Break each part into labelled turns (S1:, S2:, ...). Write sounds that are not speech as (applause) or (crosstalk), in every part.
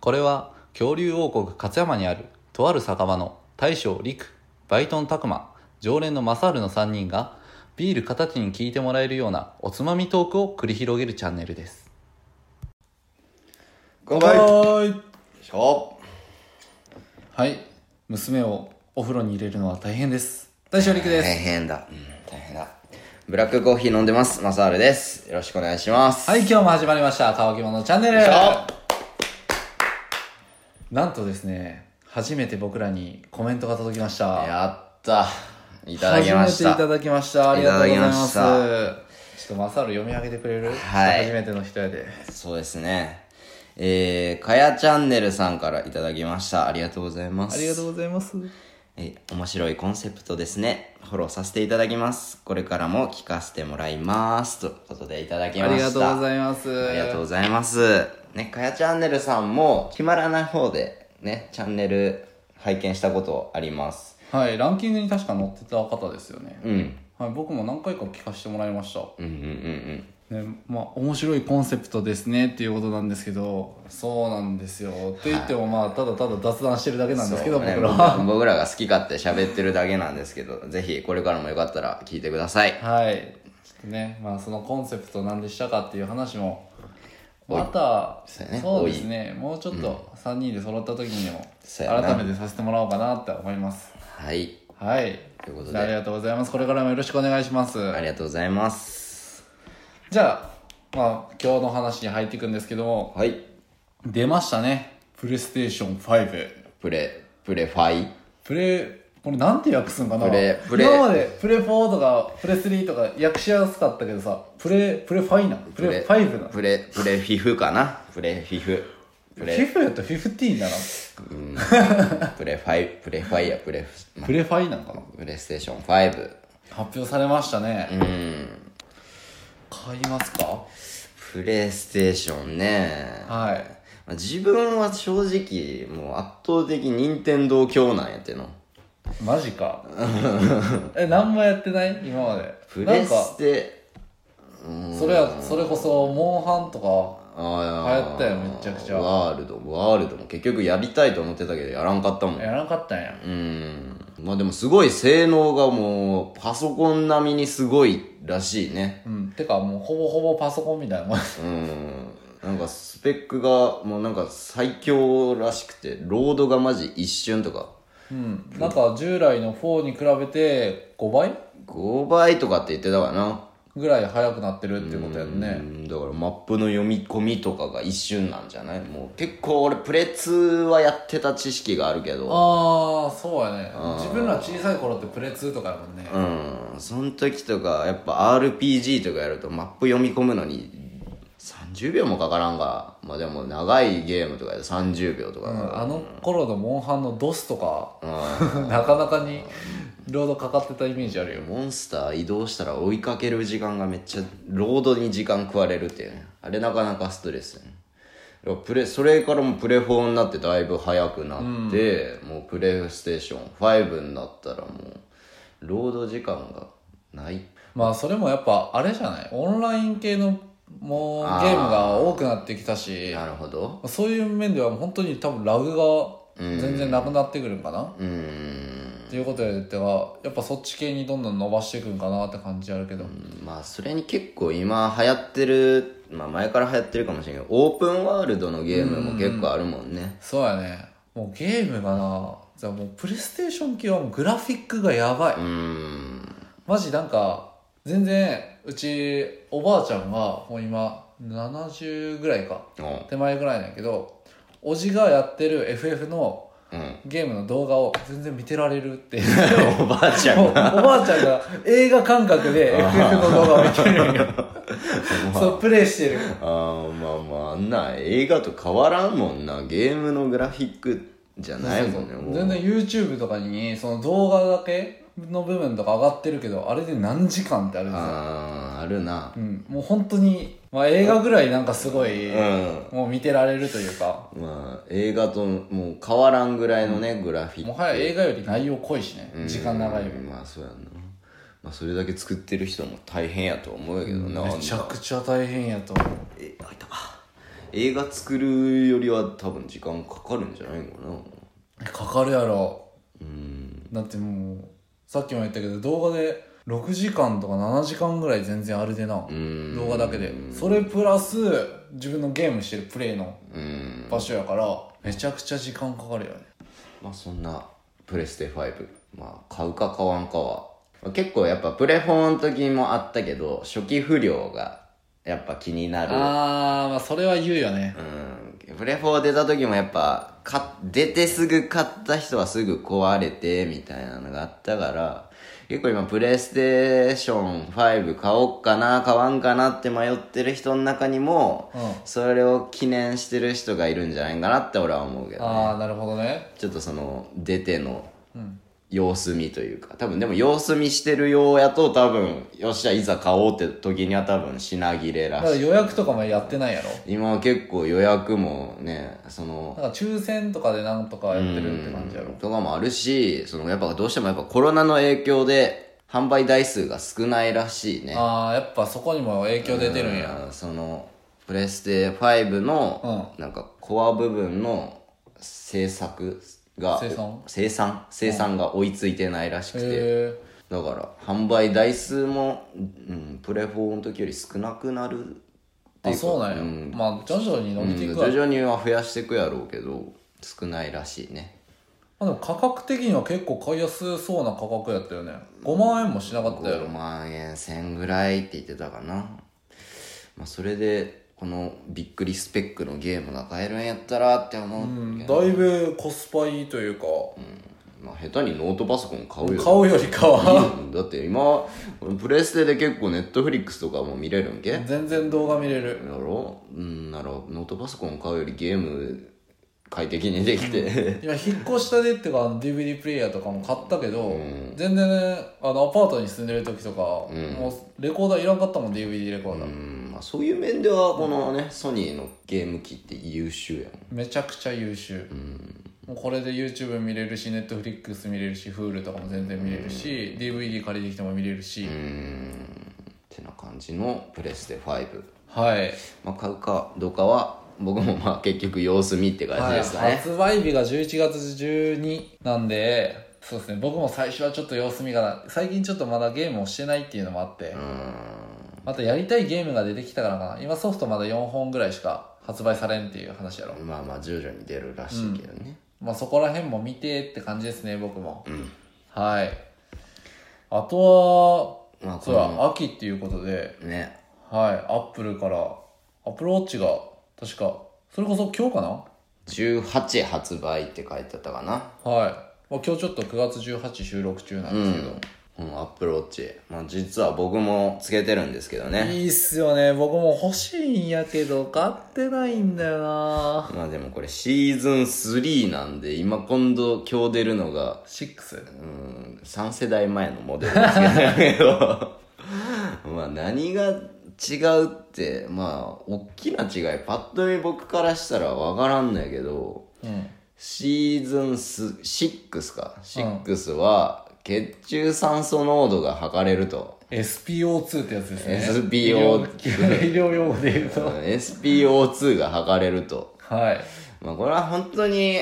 S1: これは恐竜王国勝山にあるとある酒場の大将陸バイトン拓磨常連のマサールの3人がビール形に聞いてもらえるようなおつまみトークを繰り広げるチャンネルです
S2: 乾杯よいしょ
S1: はい娘をお風呂に入れるのは大変です大将陸で
S2: 大変だ、うん、大変だブラックコーヒー飲んでますマサールですよろしくお願いします
S1: はい今日も始まりました乾き物チャンネル
S2: よいしょ
S1: なんとですね初めて僕らにコメントが届きました
S2: やったいただきまし
S1: 初
S2: た
S1: めていただきましたありがとうございます
S2: いた
S1: ちょ
S2: だ
S1: っとマサール読み上げてくれる、
S2: はい
S1: 初めての人やで
S2: そうですねえー、かやチャンネルさんからいただきましたありがとうございます
S1: ありがとうございます
S2: えー面白いコンセプトですねフォローさせていただきますこれからも聞かせてもらいますということでいただきま
S1: あ
S2: した
S1: りがとうご
S2: い
S1: ざいます
S2: ありがとうございますねかやチャンネルさんも決まらない方でねチャンネル拝見したことあります
S1: はいランキングに確か載ってた方ですよね、
S2: うん
S1: はい、僕も何回か聞かせてもらいました、
S2: うんうんうん
S1: ねまあ、面白いコンセプトですねっていうことなんですけどそうなんですよって言ってもまあただただ雑談してるだけ
S2: うん
S1: なんですけど、
S2: そうね
S1: 僕らは、
S2: 僕僕らが好き勝手喋ってるだけなんですけどぜひこれからもよかったら聞いてください
S1: はいちょっとねまあそのコンセプト何でしたかっていう話も
S2: おい
S1: また
S2: そうやね
S1: そうですねもうちょっと3人で揃った時にも
S2: そうやな
S1: 改めてさせてもらおうかなって思います
S2: はい
S1: はい
S2: ということ
S1: じゃああり
S2: で
S1: がとうございますこれからもよろしくお願いします
S2: ありがとうございます
S1: じゃあまあ今日の話に入っていくんですけども
S2: はい
S1: 出ましたねプレイステーション5
S2: プレプレファイ
S1: プレこれなんて訳すんかな
S2: プレプレ
S1: 今までプレ4とかプレ3とか訳しやすかったけどさプレプレファイナプレ5な
S2: プレプレフィフかなプレフィフプ
S1: フ
S2: レ
S1: ィフやとフィフティーなの
S2: プレファイプレファイやプレフ
S1: プレファイなんかな
S2: プレイステーション5
S1: 発表されましたね、
S2: うん
S1: 買いますか
S2: プレイステーションね
S1: はい
S2: まあ自分は正直もう圧倒的任天堂教なんやっての
S1: マジかえ何もやってない今まで
S2: プ
S1: な
S2: レ
S1: ん
S2: ス
S1: か
S2: テ
S1: それはそれこそモンハンとか
S2: あ
S1: 流行ったよめちゃくちゃ
S2: ワールドワールドも結局やりたいと思ってたけどやらんかったもん
S1: やらなかったんや
S2: うんまあでもすごい性能がもうパソコン並みにすごいらしいね
S1: うんてかもうほぼほぼパソコンみたいなもん
S2: うんなんかスペックがもうなんか最強らしくてロードがマジ一瞬とか
S1: うんなんか従来の4に比べて5倍
S2: 5倍とかって言ってたからな
S1: ぐらい速くなってるってことやん
S2: う
S1: ね
S2: んだからマップの読み込みとかが一瞬なんじゃないもう結構俺プレ2はやってた知識があるけど
S1: ああそうやね自分ら小さい頃ってプレ2とかやもんね
S2: うんその時とかやっぱ RPG とかやるとマップ読み込むのに30秒もかからんがまあでも長いゲームとかやと30秒とか
S1: うん
S2: が
S1: あの頃のモンハンのドスとか (laughs) なかなかにロードかかってたイメージあるよ
S2: モンスター移動したら追いかける時間がめっちゃロードに時間食われるっていうねあれなかなかストレスやねいやプレそれからもプレ4になってだいぶ早くなって、もうプレイステーション5になったらもうロード時間がない
S1: まあそれもやっぱあれじゃないオンライン系のもうゲームが多くなってきたし
S2: なるほど
S1: そういう面では本当に多分ラグが全然なくなってくるんかな
S2: うーん
S1: っていうことで言ってはやっぱそっち系にどんどん伸ばしていくんかなって感じあるけど
S2: まあそれに結構今流行ってるまあ前から流行ってるかもしれんけどオープンワールドのゲームも結構あるもんね
S1: そうやねもうゲームがなじゃあもうプレイステーション系はもうグラフィックがやばい、
S2: うーん
S1: マジなんか全然うちおばあちゃんがもう今70ぐらいか
S2: お
S1: 手前ぐらいなんやけどおじがやってる FF の
S2: うん
S1: ゲームの動画を全然見てられるっていう
S2: おばあちゃん
S1: もうおばあちゃんが映画感覚で FF の動画を見てるんよ
S2: (laughs)
S1: そうプレイしてる
S2: あーまあまああんな映画と変わらんもんなゲームのグラフィックじゃないもんね
S1: そうそう
S2: もう
S1: 全然 YouTube とかにその動画だけの部分とか上がってるけどあれで何時間ってあるんですよ、
S2: あーあるな
S1: うん、もう本当にまあ、映画ぐらいなんかすごい、
S2: うん
S1: もう見てられるというか
S2: まあ映画ともう変わらんぐらいのねグラフィック
S1: もはや映画より内容濃いしね、時間長いより
S2: うんまあそうやんなまあそれだけ作ってる人も大変やと思うけどな
S1: めちゃくちゃ大変やと思う
S2: えあいた映画作るよりは多分時間かかるんじゃないかな
S1: かかるやろ
S2: うん
S1: だってもうさっきも言ったけど動画で6時間とか7時間ぐらい全然あれでな
S2: うん
S1: 動画だけでそれプラス自分のゲームしてるプレイの
S2: うん
S1: 場所やからめちゃくちゃ時間かかるよね
S2: まあそんなプレステ5まあ買うか買わんかは結構やっぱプレフォンの時もあったけど初期不良がやっぱ気になる
S1: あーまあそれは言うよね
S2: うんプレフォー出た時もやっぱか出てすぐ買った人はすぐ壊れてみたいなのがあったから結構今プレイステーション5買おうかな買わんかなって迷ってる人の中にも、
S1: うん
S2: それを記念してる人がいるんじゃないかなって俺は思うけどね
S1: ああなるほどね
S2: ちょっとその出ての
S1: うん
S2: 様子見というか多分でも様子見してるようやと多分よっしゃいざ買おうって時には多分品切れ
S1: だ
S2: ら
S1: から
S2: しい
S1: 予約とかもやってないやろ
S2: 今は結構予約もねその
S1: なんか抽選とかでなんとかやってるって感じやろ
S2: とかもあるしそのやっぱどうしてもやっぱコロナの影響で販売台数が少ないらしいね
S1: ああやっぱそこにも影響出てるんや
S2: うんそのプレステ5の、なんかコア部分の制作が
S1: 生産
S2: 生産生産が追いついてないらしくて、
S1: へ
S2: だから販売台数も、うん、プレフォーの時より少なくなるって
S1: えあ
S2: いうか
S1: そうなんや、
S2: ん
S1: まあ徐々に伸びていくわ、
S2: うん徐々には増やしていくやろうけど少ないらしいね
S1: まあ、でも価格的には結構買いやすそうな価格やったよね5万円もしなかったやろ
S2: 5万円1000ぐらいって言ってたかな、まあ、それでこのびっくりスペックのゲームが買えるんやったらって思う、
S1: うんだいぶコスパいいというか、
S2: まあ、下手にノートパソコン買うよ
S1: 買うよりかは
S2: うん (laughs) だって今プレステで結構ネットフリックスとかも見れるんけ、
S1: 全然動画見れる
S2: やろうんならノートパソコン買うよりゲーム快適にできて、
S1: 今引っ越したでっていうかあの DVD プレイヤーとかも買ったけど、全然ねあのアパートに住んでる時とか、もうレコーダーいらんかったもん DVD レコーダー、
S2: うんまあ、そういう面ではこのね、ソニーのゲーム機って優秀やもん
S1: めちゃくちゃ優秀、もうこれで YouTube 見れるし Netflix 見れるし Hulu とかも全然見れるし、DVD 借りてきても見れるし、
S2: ってな感じのプレステ5、
S1: はい
S2: まあ、買うかどうかは僕もまあ結局様子見って感じですかね、
S1: はい、発売日が11月12なんでそうですね僕も最初はちょっと様子見かな最近ちょっとまだゲームをしてないっていうのもあってまたやりたいゲームが出てきたからかな今ソフトまだ4本ぐらいしか発売されんっていう話やろ、
S2: まあまあ徐々に出るらしいけどね、
S1: まあ、そこら辺も見てって感じですね僕も、はいあとは、
S2: まあ
S1: そうだ秋っていうことで
S2: ね
S1: はいアップルからアップルウォッチが確かそれこそ今日かな
S2: 18発売って書いてあったかな
S1: はい、まあ、今日ちょっと9月18収録中なんですけど、
S2: このアップルウォッチ、まあ、実は僕もつけてるんですけどね
S1: いいっすよね僕も欲しいんやけど買ってないんだよな
S2: まあでもこれシーズン3なんで今今度今日出るのが
S1: 6
S2: うん3世代前のモデルですけど (laughs) まあ何が違うってまあ大きな違いパッと見僕からしたら分からんのやけど
S1: うん
S2: シーズンス6か6は血中酸素濃度が測れると
S1: SPO2 ってやつですね
S2: SPO
S1: 医療医療用語で言う
S2: うん
S1: と
S2: SPO2 が測れると
S1: はい
S2: まあ、これは本当に、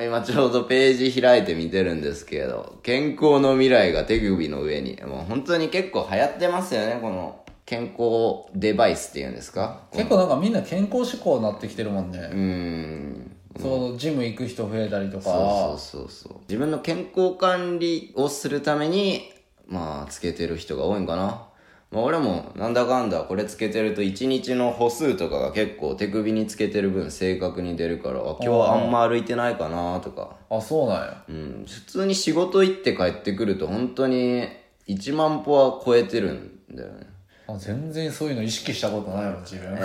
S2: 今ちょうどページ開いて見てるんですけれど、健康の未来が手首の上に、もう本当に結構流行ってますよね、この健康デバイスっていうんですか。
S1: 結構なんかみんな健康志向になってきてるもん
S2: う
S1: ね、
S2: ーん。
S1: そうジム行く人増えたりとか
S2: そうそうそうそう。自分の健康管理をするために、まあ、つけてる人が多いんかな。まあ、俺も、なんだかんだこれつけてると、一日の歩数とかが結構手首につけてる分正確に出るから、あ今日はあんま歩いてないかなとか。
S1: あそうなんや
S2: うん、普通に仕事行って帰ってくると本当に1万歩は超えてるんだよね。 (laughs)
S1: あ全然そういうの意識したことないわ自分、
S2: え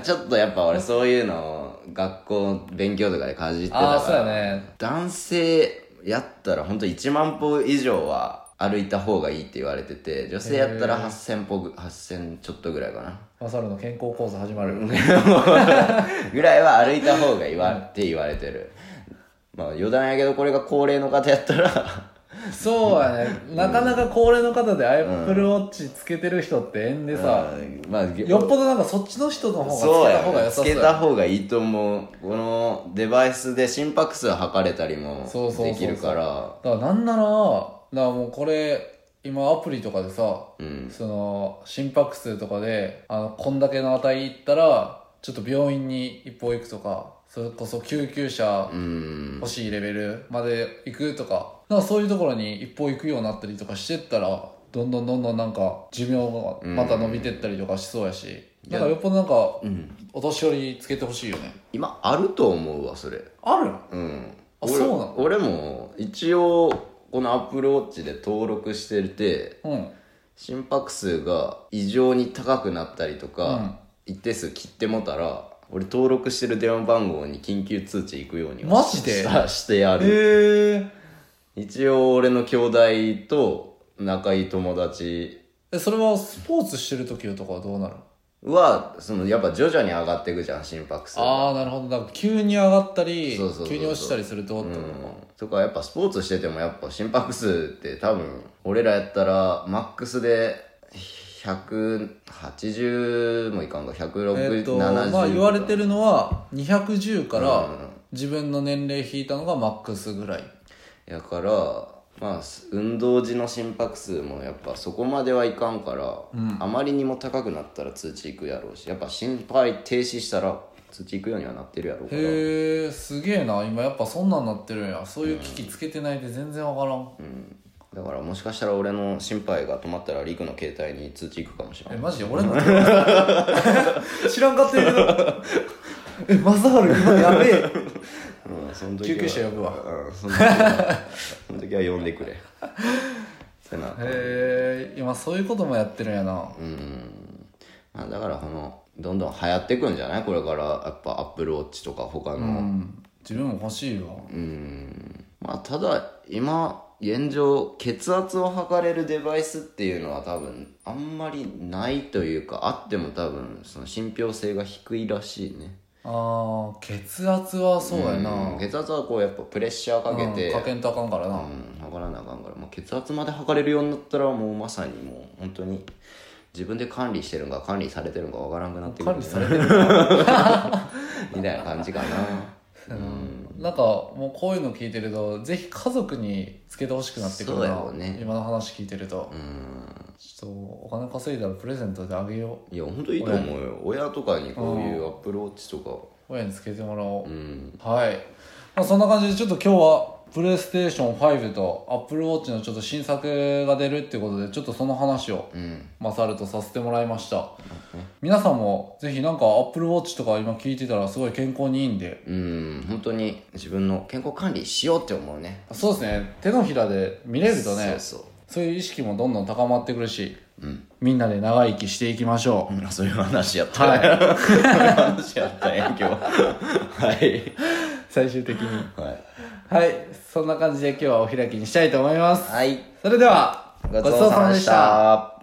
S2: ーちょっとやっぱ俺そういうの学校勉強とかでかじってたから。
S1: (laughs) ああそうやね
S2: 男性やったら本当1万歩以上は歩いた方がいいって言われてて、女性やったら8000歩ぐ、8000ちょっとぐらいかな。 (laughs)
S1: マサルの健康講座始まる、
S2: ぐらいは歩い
S1: (laughs)
S2: た方がいいわって言われてる。まあ余談やけどこれが高齢の方やったら、
S1: (laughs) そうやね。なかなか高齢の方で Apple Watch つけてる人って縁でさ、
S2: うんまあ、
S1: よっぽどなんかそっちの人の方
S2: そう
S1: がつけた
S2: や
S1: 方が良
S2: ね
S1: さそ
S2: つ
S1: うや
S2: けた方がいいと思うこのデバイスで心拍数測れたりも
S1: そうそうそうそう
S2: できるから
S1: だからなんなら、だからもうこれ、今アプリとかでさ、
S2: うん
S1: その心拍数とかで、あの、こんだけの値いったら、ちょっと病院に一歩行くとか、それこそ救急車
S2: うん
S1: 欲しいレベルまで行くとか、なんかそういうところに一歩行くようになったりとかしてったら、どんどんどんどんなんか寿命がまた伸びてったりとかしそうやし、なんかよっぽどなんか、お年寄りつけてほしいよね。
S2: 今あると思うわそれ
S1: ある
S2: うん
S1: あ
S2: 俺
S1: そうなの
S2: 俺も一応このアップルウォッチで登録してて
S1: うん。
S2: 心拍数が異常に高くなったりとか、一定数切ってもたら俺登録してる電話番号に緊急通知行くように
S1: マ
S2: は
S1: ジで
S2: した (laughs) してやる
S1: へえ。
S2: 一応俺の兄弟と仲いい友達
S1: え、それはスポーツしてる時とかはどうなる
S2: はそのやっぱ徐々に上がっていくじゃん心拍数が
S1: ああ、なるほど。なんか急に上がったり
S2: そうそうそうそ、う
S1: 急に落ちたりすると、
S2: う
S1: ってこと
S2: んとかやっぱスポーツしててもやっぱ心拍数って多分俺らやったらマックスで180もいかんか
S1: えっ、と、
S2: 16070、
S1: まあ言われてるのは、210か
S2: う
S1: ら
S2: ん
S1: 自分の年齢引いたのがマックスぐらい。
S2: やからまあ運動時の心拍数もやっぱそこまではいかんから、あまりにも高くなったら通知いくやろうしやっぱ心肺停止したら通知いくようにはなってるやろうから
S1: へえ、すげえな。今やっぱそんなんなってるんや。そういう機器つけてないで全然わからん。
S2: だからもしかしたら俺の心配が止まったらリクの携帯に通知いくかもしれ
S1: え、
S2: ない
S1: マジで俺の知らん (laughs) かったよな。え、マサハル今やべえ。
S2: うんその時は
S1: 救急車呼ぶわ。
S2: うんその時は (laughs) その時は呼んでくれってな
S1: へえ、今そういうこともやってるんやな。
S2: うんまあだからこのどんどん流行ってくんじゃないこれからやっぱアップルウォッチとか他の
S1: うん。自分も欲しいわ。
S2: うんまあただ今現状血圧を測れるデバイスっていうのは多分あんまりないというかあっても多分その信憑性が低いらしいね
S1: ああ血圧はそうやな、
S2: うん血圧はこうやっぱプレッシャーかけて
S1: うんかけんとあかんからな、
S2: うん、測らなあかんから、もう血圧まで測れるようになったらもうまさにもう本当に自分で管理してるんか管理されてるんかわからんくなってくる
S1: 管理されてる、
S2: (laughs) みたいな感じかな
S1: なんかもうこういうの聞いてるとぜひ家族につけてほしくなってくる
S2: そうや
S1: な
S2: ろうね
S1: 今の話聞いてると、
S2: うん
S1: ちょっとお金稼いだらプレゼントであげよ
S2: いや本当いいと思うよ親とかにこういうアップルウォッチとか
S1: う親につけてもらおう、
S2: うん
S1: はい、まあ、そんな感じでちょっと今日はプレイステーション5とアップルウォッチのちょっと新作が出るっていうことでちょっとその話を
S2: うん
S1: マサルとさせてもらいました、皆さんもぜひなんかアップルウォッチとか今聞いてたらすごい健康にいいんで
S2: うん本当に自分の健康管理しようって思うね
S1: そうですね手のひらで見れるとね
S2: そう
S1: そういう意識もどんどん高まってくるし
S2: そううん
S1: みんなで長生きしていきましょう、
S2: うんそういう話やった
S1: は
S2: そういう話やったんや今日はい
S1: 最終的に
S2: はい
S1: はいそんな感じで今日はお開きにしたいと思います
S2: はい
S1: それでは
S2: ごちそうさまでした